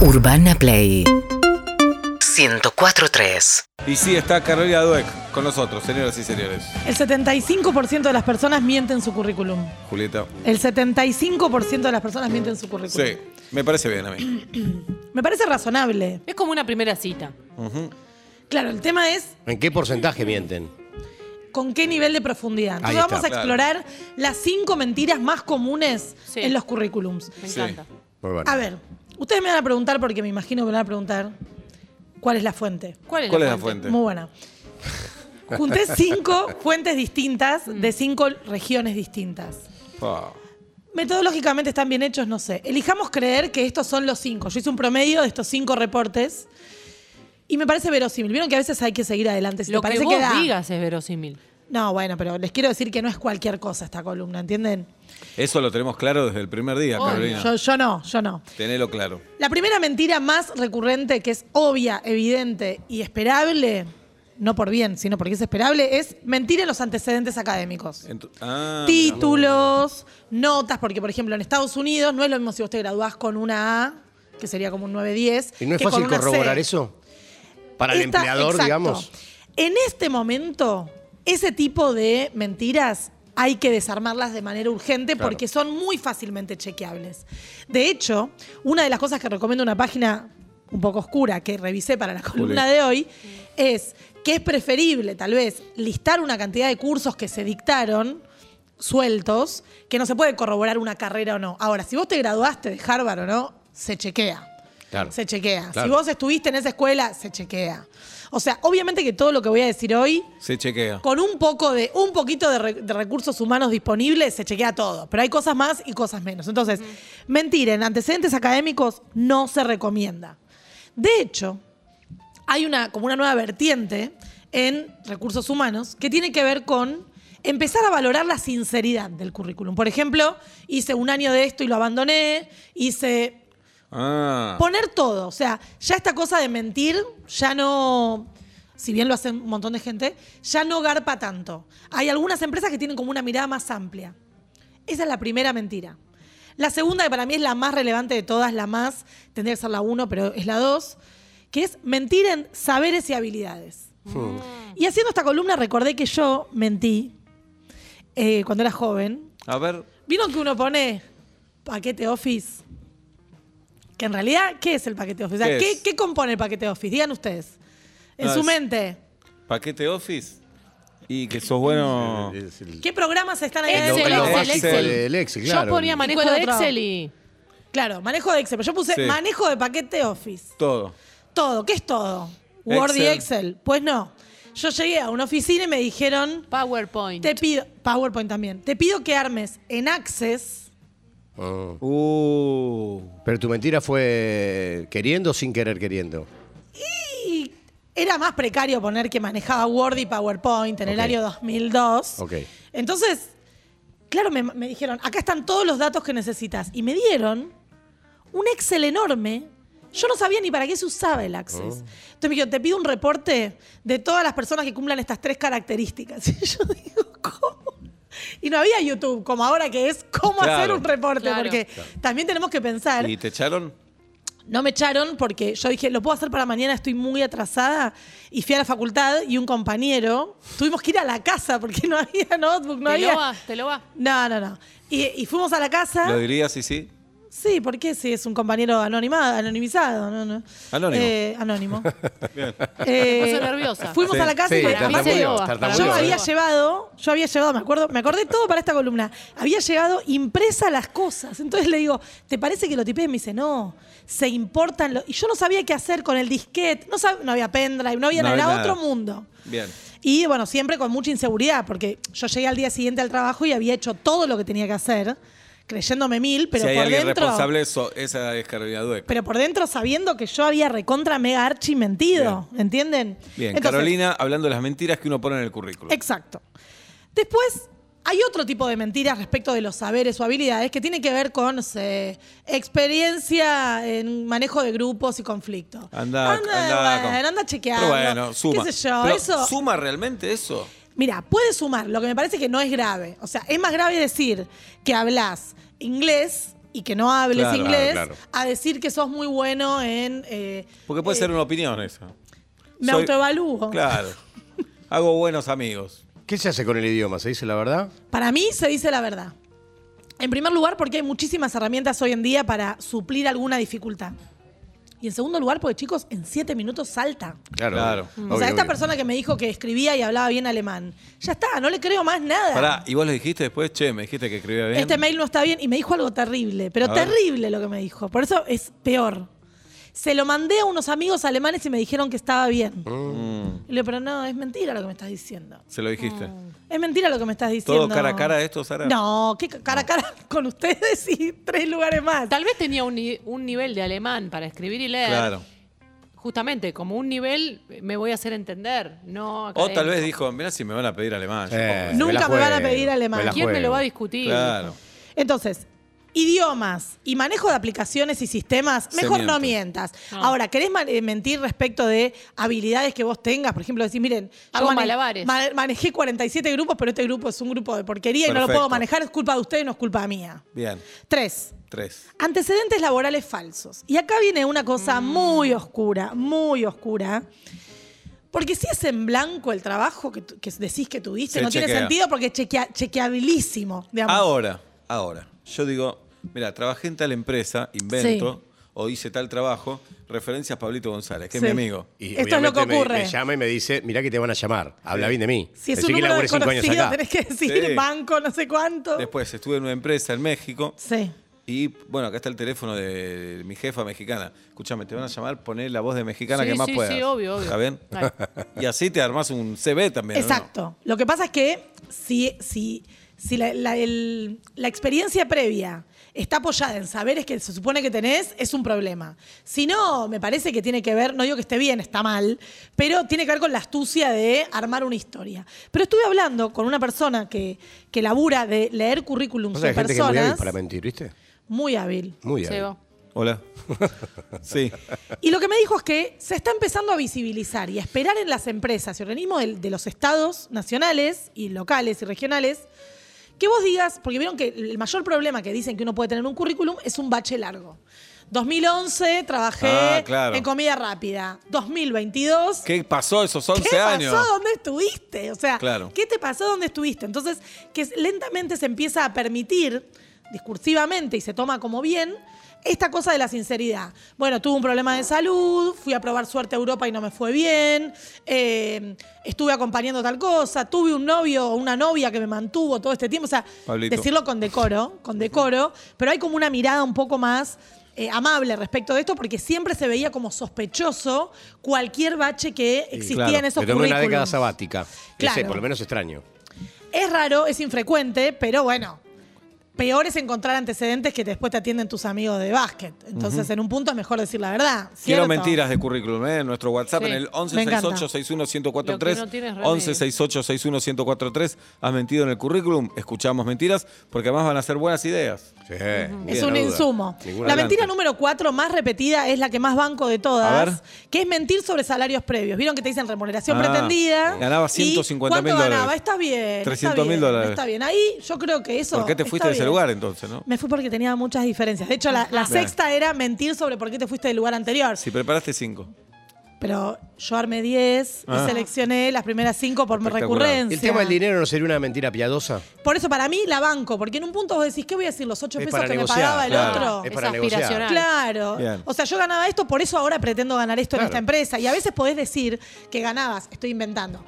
Urbana Play 104.3 Y sí, está Carolina Dueck con nosotros, señoras y señores. El 75% de las personas mienten su currículum. Julieta. El 75% de las personas mienten su currículum. Sí, me parece bien a mí. Me parece razonable. Es como una primera cita. Claro, el tema es ¿En qué porcentaje mienten? con qué nivel de profundidad. Entonces Ahí vamos está, a explorar las cinco mentiras más comunes Sí. en los currículums. Me Sí. encanta. Muy bueno. A ver, ustedes me van a preguntar, porque me imagino que me van a preguntar, ¿cuál es la fuente? ¿Cuál es, ¿Cuál la, es la fuente? fuente? Muy buena. Junté cinco fuentes distintas de cinco regiones distintas. Pa. Metodológicamente están bien hechos, no sé. Elijamos creer que estos son los cinco. Yo hice un promedio de estos cinco reportes y me parece verosímil. Vieron que a veces hay que seguir adelante. Si Lo te parece que vos da- digas es verosímil. No, bueno, pero les quiero decir que no es cualquier cosa esta columna, ¿entienden? Eso lo tenemos claro desde el primer día, Obvio. Carolina. Yo, yo no, yo no. Tenelo claro. La primera mentira más recurrente, que es obvia, evidente y esperable, no por bien, sino porque es esperable, es mentir en los antecedentes académicos. Ent- ah, mira. títulos, notas, porque por ejemplo en Estados Unidos no es lo mismo si vos te graduás con una A, que sería como un 9-10. ¿Y no es que fácil con una C. corroborar eso? Para el Esta- empleador, exacto. digamos. En este momento, ese tipo de mentiras hay que desarmarlas de manera urgente Claro. porque son muy fácilmente chequeables. De hecho, una de las cosas que recomiendo una página un poco oscura que revisé para la columna de hoy es que es preferible tal vez listar una cantidad de cursos que se dictaron sueltos, que no se puede corroborar una carrera o no. Ahora, si vos te graduaste de Harvard o no, se chequea. Claro. Se chequea. Claro. Si vos estuviste en esa escuela, se chequea. O sea, obviamente que todo lo que voy a decir hoy, Se chequea. con un poco de, un poquito de, re- de recursos humanos disponibles, se chequea todo. Pero hay cosas más y cosas menos. Entonces, mentir en antecedentes académicos no se recomienda. De hecho, hay una, como una nueva vertiente en recursos humanos que tiene que ver con empezar a valorar la sinceridad del currículum. Por ejemplo, hice un año de esto y lo abandoné, hice Ah. poner todo. O sea, ya esta cosa de mentir, ya no. Si bien lo hace un montón de gente, ya no garpa tanto. Hay algunas empresas que tienen como una mirada más amplia. Esa es la primera mentira. La segunda, que para mí es la más relevante de todas, la más, tendría que ser la uno, pero es la dos, que es mentir en saberes y habilidades. Y haciendo esta columna recordé que yo mentí eh, cuando era joven. A ver. Vieron que uno pone paquete office. Que en realidad, ¿qué es el paquete office? O sea, ¿Qué ¿qué, es? qué compone el paquete office? Digan ustedes. En Ah, su es- mente. Paquete Office. Y que sos bueno. Es el- ¿Qué programas están ahí? Excel, lo- Excel, lo Excel, básico Excel. del Excel, claro. Yo ponía manejo ¿Y cuál de otro? Excel y. Claro, manejo de Excel. Pero yo puse Sí. manejo de paquete office. Todo. Todo. ¿Qué es todo? Word y Excel. Excel. Pues no. Yo llegué a una oficina y me dijeron, PowerPoint. te pido, PowerPoint también, te pido que armes en Access. Oh. Uh. Pero tu mentira fue queriendo o sin querer queriendo. Y era más precario poner que manejaba Word y PowerPoint en el Ok. año 2002. Ok. Entonces, claro, me, me dijeron, acá están todos los datos que necesitas. Y me dieron un Excel enorme. Yo no sabía ni para qué se usaba el Access. Entonces me dijeron, te pido un reporte de todas las personas que cumplan estas tres características. Y yo digo, ¿cómo? Y no había YouTube, como ahora que es cómo Claro. hacer un reporte, Claro. porque también tenemos que pensar. ¿Y te echaron? No me echaron porque yo dije, lo puedo hacer para mañana, estoy muy atrasada. Y fui a la facultad y un compañero, tuvimos que ir a la casa porque no había notebook, no te había. lo va, te lo va. No, no, no. Y, y fuimos a la ¿Lo casa. dirías sí, sí? Sí, porque si es un compañero anonimado, anonimizado, no, no. Anónimo. Eh, anónimo. Bien. Eh, Me puse nerviosa. Fuimos Sí, a la casa sí, y para mí Para mí se tartamudeó, lo va. yo Para mí tartamudeó. se había lo va. llevado, yo había llevado, me acuerdo, me acordé todo para esta columna. Había llegado impresa las cosas. Entonces le digo, ¿te parece que lo tipé? Me dice, no, se importan. lo-". Y yo no sabía qué hacer con el disquete, no, sab- no había pendrive, no había No nada, había era nada. otro mundo. Bien. Y bueno, siempre con mucha inseguridad, porque yo llegué al día siguiente al trabajo y había hecho todo lo que tenía que hacer, creyéndome mil, pero si hay por alguien dentro. responsable, eso- esa es Carolina Dueck. Pero por dentro sabiendo que yo había recontra mega archi mentido, ¿entienden? Bien, Entonces, Carolina hablando de las mentiras que uno pone en el currículum. Exacto. Después hay otro tipo de mentiras respecto de los saberes o habilidades que tiene que ver con no sé, experiencia en manejo de grupos y conflictos. Anda, anda, bueno, con- anda chequeando. Pero bueno, suma. ¿Qué sé yo? Pero, eso, ¿Suma realmente eso? Mira, puede sumar, lo que me parece que no es grave. O sea, es más grave decir que hablas inglés y que no hables Claro, inglés claro, claro. a decir que sos muy bueno en... eh, Porque puede eh, ser una opinión esa. Me Soy- autoevalúo. Claro. Hago buenos amigos. ¿Qué se hace con el idioma? ¿Se dice la verdad? Para mí se dice la verdad. En primer lugar, porque hay muchísimas herramientas hoy en día para suplir alguna dificultad. Y en segundo lugar, porque chicos, en siete minutos salta. Claro. Claro. o sea, Obvio, esta obvio. persona que me dijo que escribía y hablaba bien alemán, ya está, no le creo más nada. Pará, y vos le dijiste después, che, me dijiste que escribía bien. Este mail no está bien y me dijo algo terrible, pero A ver. terrible lo que me dijo. Por eso es peor. Se lo mandé a unos amigos alemanes y me dijeron que estaba bien. Mm, Y le digo, pero no, es mentira lo que me estás diciendo. se lo dijiste. Es mentira lo que me estás ¿Todo diciendo. cara a cara esto, Sara? No, que cara a cara con ustedes y tres lugares más. Tal vez tenía un, ni- un nivel de alemán para escribir y leer. Claro. Justamente, como un nivel eh, me voy a hacer entender. No O tal académico. vez dijo, mirá si me van a pedir alemán. yo Eh, pongo- Nunca la me van a juego, pedir alemán. la ¿Quién me lo juego. va a discutir? Claro. Entonces, idiomas y manejo de aplicaciones y sistemas, Se mejor no miente. mientas. No. Ahora, ¿querés ma- eh, mentir respecto de habilidades que vos tengas? Por ejemplo, decir, miren, Hago mane- malabares. ma- manejé 47 grupos, pero este grupo es un grupo de porquería y no lo Perfecto. puedo manejar, es culpa de ustedes, no es culpa mía. Bien, Tres. tres. Antecedentes laborales falsos. Y acá viene una cosa Mm. muy oscura, muy oscura. Porque si es en blanco el trabajo que, tu- que decís que tuviste, Se no tiene chequea. Ah, sentido porque chequea- chequeabilísimo, digamos. Ahora, ahora. Yo digo, mira, trabajé en tal empresa, invento, o hice tal trabajo, referencias Pablito González, que Sí. es mi amigo. Y Esto es lo que obviamente me- ocurre. Me, llama y me dice, mirá que te van a llamar. Habla bien de mí. Si es Decí un que número laburé cinco años desconocido, acá. tenés que decir Sí. banco, no sé cuánto. Después estuve en una empresa en México Sí. y, bueno, acá está el teléfono de mi jefa mexicana. Escúchame, te van a llamar, poné la voz de mexicana Sí, que más sí, puedas. sí, obvio, obvio. ¿Está bien? Dale. Y así te armás un CV también. ¿o no? Exacto. Lo que pasa es que si, si, si la, la- el- la experiencia previa está apoyada en saberes que se supone que tenés, es un problema. Si no, me parece que tiene que ver, no digo que esté bien, está mal, pero tiene que ver con la astucia de armar una historia. Pero estuve hablando con una persona que, que labura de leer currículums O sea, de hay gente que es muy hábil personas. para mentir, ¿viste? muy hábil. Muy hábil. Sebo. Hola. Sí. Y lo que me dijo es que se está empezando a visibilizar y a esperar en las empresas y organismos del- de, los estados nacionales y locales y regionales que vos digas, porque vieron que el mayor problema que dicen que uno puede tener en un currículum es un bache largo. 2011 trabajé Ah, claro. en comida rápida. 2022 ¿Qué pasó esos 11 ¿Qué años? pasó? ¿Dónde estuviste? O sea, Claro. ¿qué te pasó? ¿Dónde estuviste? Entonces, que s- lentamente se empieza a permitir discursivamente y se toma como bien esta cosa de la sinceridad. Bueno, tuve un problema de salud, fui a probar suerte a Europa y no me fue bien, eh, estuve acompañando tal cosa, tuve un novio o una novia que me mantuvo todo este tiempo. O sea, Pablito. decirlo con decoro, con decoro, pero hay como una mirada un poco más eh, amable respecto de esto porque siempre se veía como sospechoso cualquier bache que existía claro. en esos Me tomé una currículums. década sabática. Que sé, Claro. por lo menos extraño. Es raro, es infrecuente, pero bueno. Peor es encontrar antecedentes que después te atienden tus amigos de básquet. Entonces, en un punto es mejor decir la verdad. Quiero ¿cierto? mentiras de currículum, ¿eh? En nuestro WhatsApp, Sí. en el Me encanta. 1168-61-1043. Lo que no tienes remedio. 1168-61-1043. Has mentido en el currículum, escuchamos mentiras, porque además van a ser buenas ideas. Sí, Es ninguna un duda. insumo. Ninguna la duda. mentira número cuatro, más repetida, es la que más banco de A ver. todas, que es mentir sobre salarios previos. Vieron que te dicen remuneración Ah, pretendida. ganaba y 150.000 ¿Cuánto ganaba? dólares. Estás 300.000 bien. 300.000 dólares. Está bien. Ahí yo creo que eso. ¿Por qué te está fuiste de ese bien. lugar entonces, no? Me fui porque tenía muchas diferencias. De hecho, la, la sexta era mentir sobre por qué te fuiste del lugar anterior. Si preparaste cinco. Pero yo armé 10 Ah. y seleccioné las primeras 5 por Espectacular. recurrencia. ¿El tema del dinero no sería una mentira piadosa? Por eso, para mí, la banco. Porque en un punto vos decís, ¿qué voy a decir? Los 8 Es pesos para que negociar. me pagaba el claro. otro. Es para Es negociar. aspiracional. Claro. Bien. O sea, yo ganaba esto, por eso ahora pretendo ganar esto en Claro. esta empresa. Y a veces podés decir que ganabas, estoy inventando,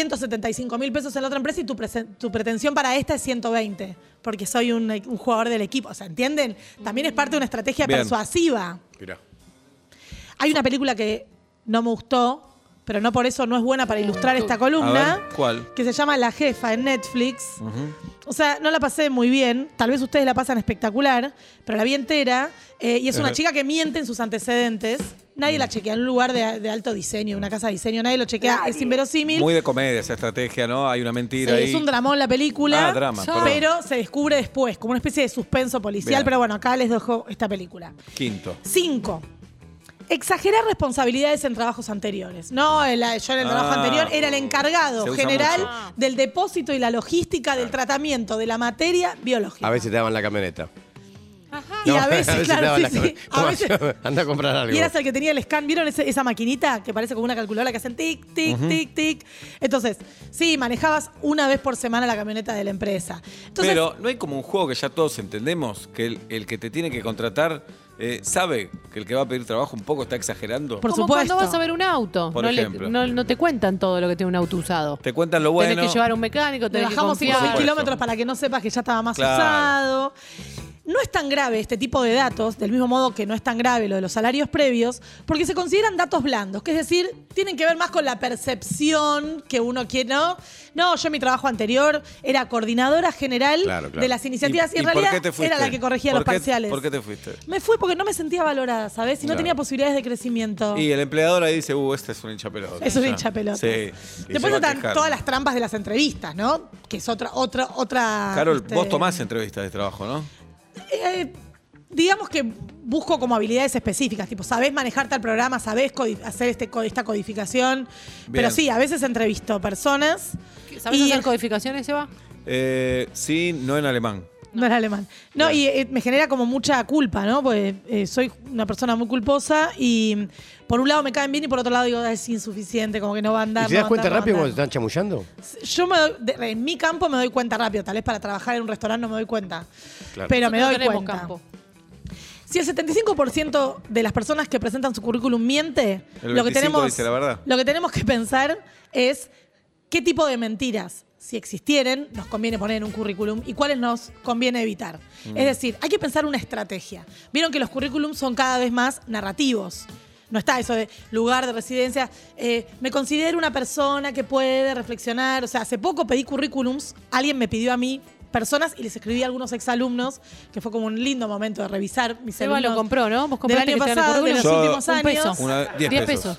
175 mil pesos en la otra empresa y tu, presen- tu pretensión para esta es 120, porque soy un, un jugador del equipo. O sea, ¿entienden? También es parte de una estrategia Bien. persuasiva. Mirá. Hay una película que no me gustó, pero no por eso no es buena para ilustrar esta columna. A ver, ¿cuál? Que se llama La Jefa en Netflix. O sea, no la pasé muy bien. Tal vez ustedes la pasan espectacular, pero la vi entera. eh, y es una chica que miente en sus antecedentes. Nadie la chequea en un lugar de, de alto diseño, una casa de diseño. Nadie lo chequea. Es inverosímil. Muy de comedia esa estrategia, ¿no? Hay una Sí, mentira ahí. es un dramón la película, Ah, drama, perdón. pero se descubre después, como una especie de suspenso policial. Bien. Pero bueno, acá les dejo esta película. Quinto. 5. Exagerar responsabilidades en trabajos anteriores. No, el- yo en el Ah. trabajo anterior era el Se encargado usa general mucho. del depósito y la logística del tratamiento de la materia biológica. A veces te daban la camioneta. Y No, a veces, te claro, daban sí, las sí. cosas. A Toma, veces- Anda a comprar algo. Y eras el que tenía el scan. ¿Vieron ese- esa maquinita que parece como una calculadora que hacen tic, tic, tic, tic? Entonces, sí, manejabas una vez por semana la camioneta de la empresa. Entonces, Pero no hay como un juego que ya todos entendemos, que el, el que te tiene que contratar eh, sabe que el que va a pedir trabajo un poco está exagerando. Por Como supuesto. cuando vas a ver un auto. Por no, le- ejemplo. no, no te cuentan todo lo que tiene un auto usado. Te cuentan lo bueno. Tenés que llevar a un mecánico, le tenés que bajamos 50 confiar. supuesto. kilómetros para que no sepas que ya estaba más Claro. usado. No es tan grave este tipo de datos, del mismo modo que no es tan grave lo de los salarios previos, porque se consideran datos blandos, que es decir, tienen que ver más con la percepción que uno quiere, ¿no? No, yo en mi trabajo anterior era coordinadora general Claro, claro. de las iniciativas y, en por qué realidad te fuiste? era la que corregía ¿Por los qué- parciales. ¿Por qué te fuiste? Me fui porque no me sentía valorada, ¿sabes? Y no Claro. tenía posibilidades de crecimiento. Y el empleador ahí dice, uh, este es un hincha pelota. Es un Ya. hincha pelota. Sí. Y se va Después a están quejar. todas las trampas de las entrevistas, ¿no? Que es otra, otra, otra. Carol, este, vos tomás entrevistas de trabajo, ¿no? eh, digamos que busco como habilidades específicas, tipo, sabés manejar tal programa, sabés codi- hacer este, co- esta codificación. Pero sí, a veces entrevisto personas. ¿Sabes y- hacer codificaciones, Eva? Eh, sí, no en alemán. No era alemán. No, y eh, me genera como mucha culpa, ¿no? Porque eh, soy una persona muy culposa y mm, por un lado me caen bien y por otro lado digo, "Ah, es insuficiente, como que no va a andar. ¿Y te no das va a cuenta andar, no va a rápido cuando andar". te están chamullando? Yo me doy- de- en mi campo me doy cuenta rápido, tal vez para trabajar en un restaurante no me doy cuenta. Claro. Pero me doy Nosotros tenemos cuenta. campo. Si el 75% de las personas que presentan su currículum miente, El lo 25 que tenemos dice la verdad. lo que tenemos que pensar es qué tipo de mentiras si existieren, nos conviene poner en un currículum y cuáles nos conviene evitar. Mm. Es decir, hay que pensar una estrategia. Vieron que los currículums son cada vez más narrativos. No está eso de lugar de residencia. eh, me considero una persona que puede reflexionar. O sea, hace poco pedí currículums, alguien me pidió a mí personas y les escribí a algunos exalumnos, que fue como un lindo momento de revisar mis Eva lo alumnos compró, ¿no? del Vos compraste año que te hagan el pasado, de currículum. los Yo- últimos Un años. peso. Una- 10 10 pesos. pesos.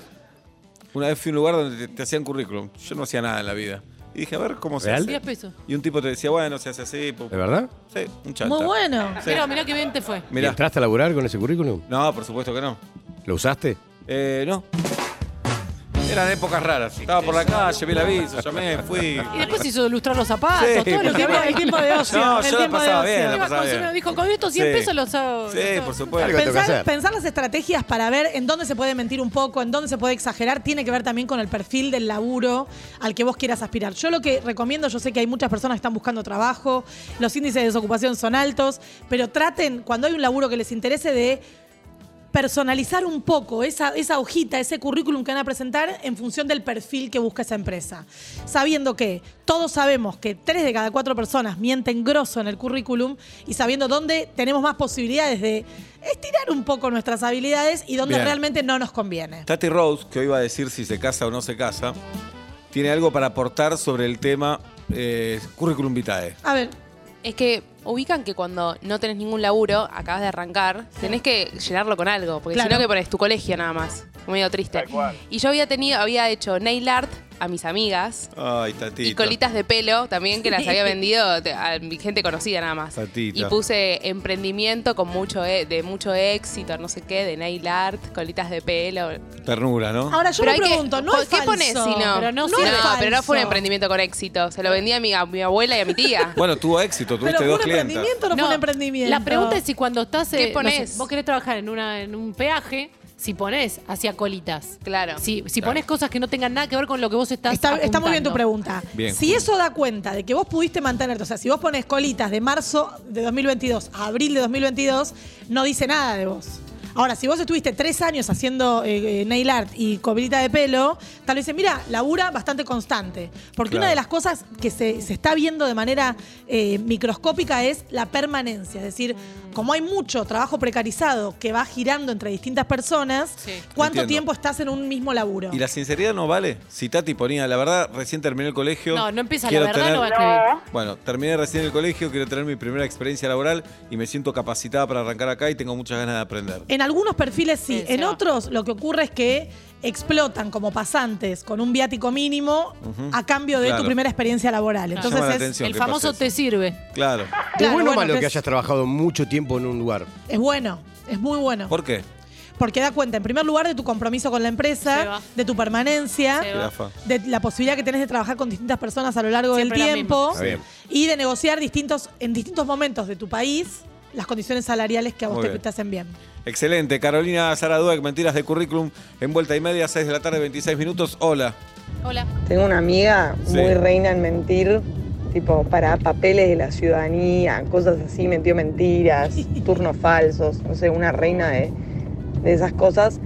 Una vez fui a un lugar donde te, te hacían currículum. Yo no hacía nada en la vida. Y dije, a ver cómo se ¿Real? hace. 10 pesos. Y un tipo te decía, bueno, se hace así. pu- ¿De verdad? Sí, un chanta. Muy bueno. Sí. Mirá, mirá qué bien te fue. ¿Y Mirá. entraste a laburar con ese currículum? No, por supuesto que no. ¿Lo usaste? Eh, no. Eran épocas raras. Estaba por la calle, vi el aviso, llamé, fui. Y después hizo ilustrar los zapatos, Sí, todo lo que había. el tiempo de ocio. No, el yo la tiempo de pasaba ocio. bien, la Iba pasaba con su- bien. Dijo, con estos 100 Sí. pesos los hago. Sí, por supuesto. Algo tengo que Pensar, hacer. pensar las estrategias para ver en dónde se puede mentir un poco, en dónde se puede exagerar, tiene que ver también con el perfil del laburo al que vos quieras aspirar. Yo lo que recomiendo, yo sé que hay muchas personas que están buscando trabajo, los índices de desocupación son altos, pero traten, cuando hay un laburo que les interese, de personalizar un poco esa, esa hojita, ese currículum que van a presentar en función del perfil que busca esa empresa. Sabiendo que todos sabemos que tres de cada cuatro personas mienten grosso en el currículum y sabiendo dónde tenemos más posibilidades de estirar un poco nuestras habilidades y dónde Bien. realmente no nos conviene. Tati Rose, que hoy va a decir si se casa o no se casa, tiene algo para aportar sobre el tema eh, currículum vitae. A ver, Es que ubican que cuando no tenés ningún laburo, acabas de arrancar, tenés que llenarlo con algo, porque Claro. si no que pones tu colegio nada más. Medio triste. Y yo había tenido, había hecho nail art a mis amigas Ay, Tatita. y colitas de pelo también que las había vendido te- a mi gente conocida nada más. Tatita. Y puse emprendimiento con mucho e- de mucho éxito, no sé qué, de nail art, colitas de pelo. Ternura, ¿no? ahora Ah, yo Ah. Pero me hay que- pregunto, ¿no ¿por es ¿Qué falso? pones si no? Pero no Si sirve. no, pero no fue un falso. emprendimiento con éxito. Se lo vendí a mi, a mi abuela y a mi tía. Bueno, tuvo éxito, Pero tuviste fue dos un clientes. emprendimiento o no, fue un emprendimiento. La pregunta es si cuando estás. ¿Qué eh, ponés? sé, vos querés trabajar en, una, en un peaje, si ponés hacia colitas. Claro. Si, si ponés cosas que no tengan nada que ver con lo que vos estás. Está, está muy bien tu apuntando. pregunta. Bien, si Juli. eso da cuenta de que vos pudiste mantenerte, o sea, si vos pones colitas de marzo de 2022 a abril de 2022, no dice nada de vos. Ahora, si vos estuviste tres años haciendo eh, eh, nail art y cobrita de pelo, tal vez dices, mira, labura bastante constante. Porque Claro. una de las cosas que se, se está viendo de manera eh, microscópica es la permanencia. Es decir, como hay mucho trabajo precarizado que va girando entre distintas personas, Sí. ¿cuánto Entiendo. tiempo estás en un mismo laburo? ¿Y la sinceridad no vale? Si Tati ponía, la verdad, recién terminé el colegio. No, no empieza la quiero verdad, tener- no va a escribir. Bueno, terminé recién el colegio, quiero tener mi primera experiencia laboral y me siento capacitada para arrancar acá y tengo muchas ganas de aprender. En algunos perfiles sí, Sí, se en va. otros lo que ocurre es que explotan como pasantes con un viático mínimo a cambio de Claro. tu primera experiencia laboral. Entonces Llama la es, atención El que famoso pase te eso. sirve. Claro. ¿Es Claro, bueno o bueno, pues- malo que que es- hayas trabajado mucho tiempo en un lugar? es bueno, es muy bueno. ¿Por qué? Porque da cuenta, en primer lugar, de tu compromiso con la Se va. empresa, de tu Se permanencia, va. Jirafa. de la posibilidad que tenés de trabajar con distintas personas a lo largo Siempre del la tiempo misma. Está bien. y de negociar distintos en distintos momentos de tu país las condiciones salariales que a vos Muy te, bien. te hacen bien. Excelente. Carolina Zaraduec, Mentiras de Currículum, en vuelta y media, 6 de la tarde, 26 minutos. Hola. Hola. Tengo una amiga Sí. muy reina en mentir, tipo para papeles de la ciudadanía, cosas así, metió mentiras, turnos falsos, no sé, una reina de, de esas cosas,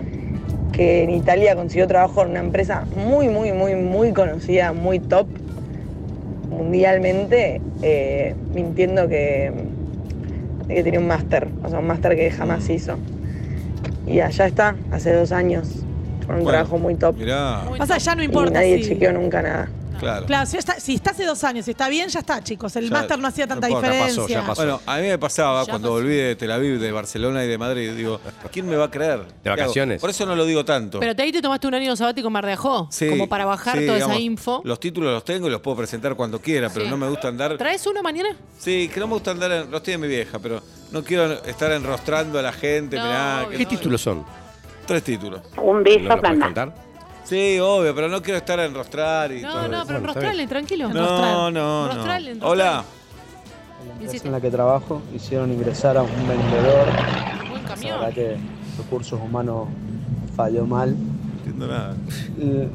que en Italia consiguió trabajo en una empresa muy, muy, muy, muy conocida, muy top mundialmente, eh, mintiendo que, que tenía un máster, o sea, un máster que jamás hizo. Y allá está, hace dos años, con un Bueno, trabajo muy top. Mirá, Muy- Pasa, ya no Y importa. nadie si- chequeó nunca nada. claro. Claro, si está, si está hace dos años, si está bien, ya está, chicos. El Ya, máster no hacía no tanta importa, diferencia. pasó, ya pasó. Bueno, a mí me pasaba Ya cuando pasó. volví de Tel Aviv, de Barcelona y de Madrid, digo, ¿quién me va a creer? ¿Qué hago? vacaciones? Por eso no lo digo tanto. Pero te ahí te tomaste un año sabático en Mar de Ajó, Sí, como para bajar sí, toda esa digamos, info. Los títulos los tengo y los puedo presentar cuando quiera, pero Sí. no me gusta andar. ¿Traes uno mañana? Sí, que no me gusta andar. En, los tiene mi vieja, pero no quiero estar enrostrando a la gente. No, mirá, que- ¿Qué títulos son? tres títulos. Un ¿No beso, los puedes mamá. contar? Sí, obvio, pero no quiero estar a enrostrar y todo eso. No, no, pero Bueno, está enrostrale, tranquilo. No, no, Enrostrale, no. enrostrale. Hola. En la Insiste. empresa en la que trabajo hicieron ingresar a un vendedor. Buen La verdad camión. que recursos humanos falló mal. No entiendo nada. Eh,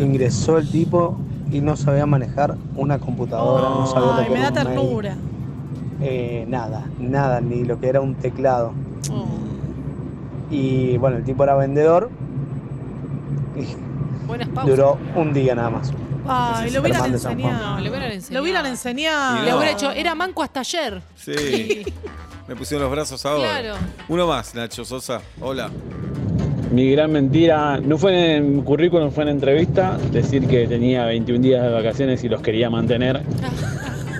Ingresó el tipo y no sabía manejar una computadora, no, No. sabía lo Ay, que me da era un mail, ternura. eh, nada, nada, ni lo que era un teclado. Oh, Y bueno, el tipo era vendedor y buenas pausas. duró un día nada más. Ay, lo hubieran Superman de San Juan. enseñado. No, le hubieran enseñado. Lo hubieran enseñado. Y Le No. hubiera hecho, era manco hasta ayer. Sí. Me pusieron los brazos ahora. Claro. Uno más, Nacho Sosa. Hola. Mi gran mentira, no fue en currículum, fue en entrevista, decir que tenía 21 días de vacaciones y los quería mantener.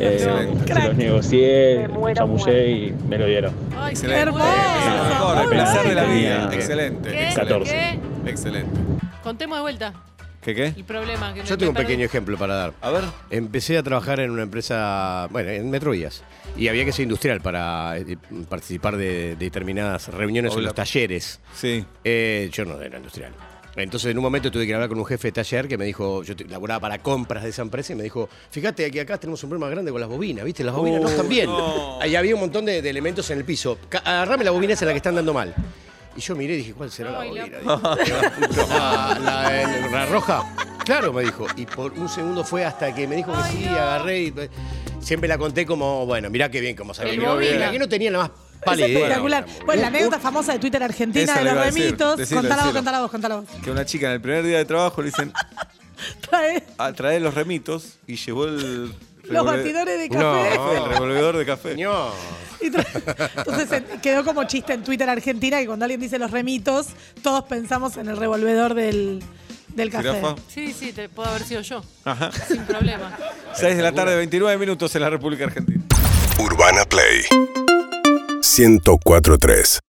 Eh, Excelente. se los negocié, Me muero, chamullé y me lo dieron. Ay, Excelente. qué bueno. Es lo mejor, el Muy placer de la bueno. vida. Bien. Excelente. ¿Qué? excelente. ¿Qué? Excelente. Contemos de vuelta ¿Qué qué? el problema. Que Yo me- tengo un me perdí. pequeño ejemplo para dar. A ver. Empecé a trabajar en una empresa, bueno, en Metrovías. Y había que ser industrial para eh, participar de determinadas reuniones en Hola. los talleres. Sí. Eh, yo no era industrial. Entonces, en un momento tuve que hablar con un jefe de taller que me dijo, yo te- laburaba para compras de esa empresa y me dijo, fíjate que acá tenemos un problema grande con las bobinas, ¿viste? Las bobinas no Uy, están bien. no. Ahí había un montón de, de elementos en el piso. Ca- Agarrame la bobina esa la que están dando mal. Y yo miré y dije, ¿cuál será la Ay, la bobina? Dije, la, la- la roja. Claro, me dijo. Y por un segundo fue hasta que me dijo que sí, agarré y pues, siempre la conté como, bueno, mirá qué bien, como salió. El Mirá, bobina. mirá, que no tenía la más Es pálida idea. espectacular. Bueno, Bueno, la anécdota famosa de Twitter argentina Esa de le los iba a decir. remitos. Decilo, contala vos, decilo. contala vos, contala vos. Que una chica en el primer día de trabajo le dicen, Trae a traer los remitos y llevó el. los revolve- batidores de No. café. El revolvedor de café. señor. Y tra- Entonces se- quedó como chiste en Twitter argentina que cuando alguien dice los remitos, todos pensamos en el revolvedor del, del café. Jirafa. Sí, sí, te puedo haber sido yo. Ajá. Sin problema. 6 de la tarde, 29 minutos en la República Argentina. Urbana Play 1043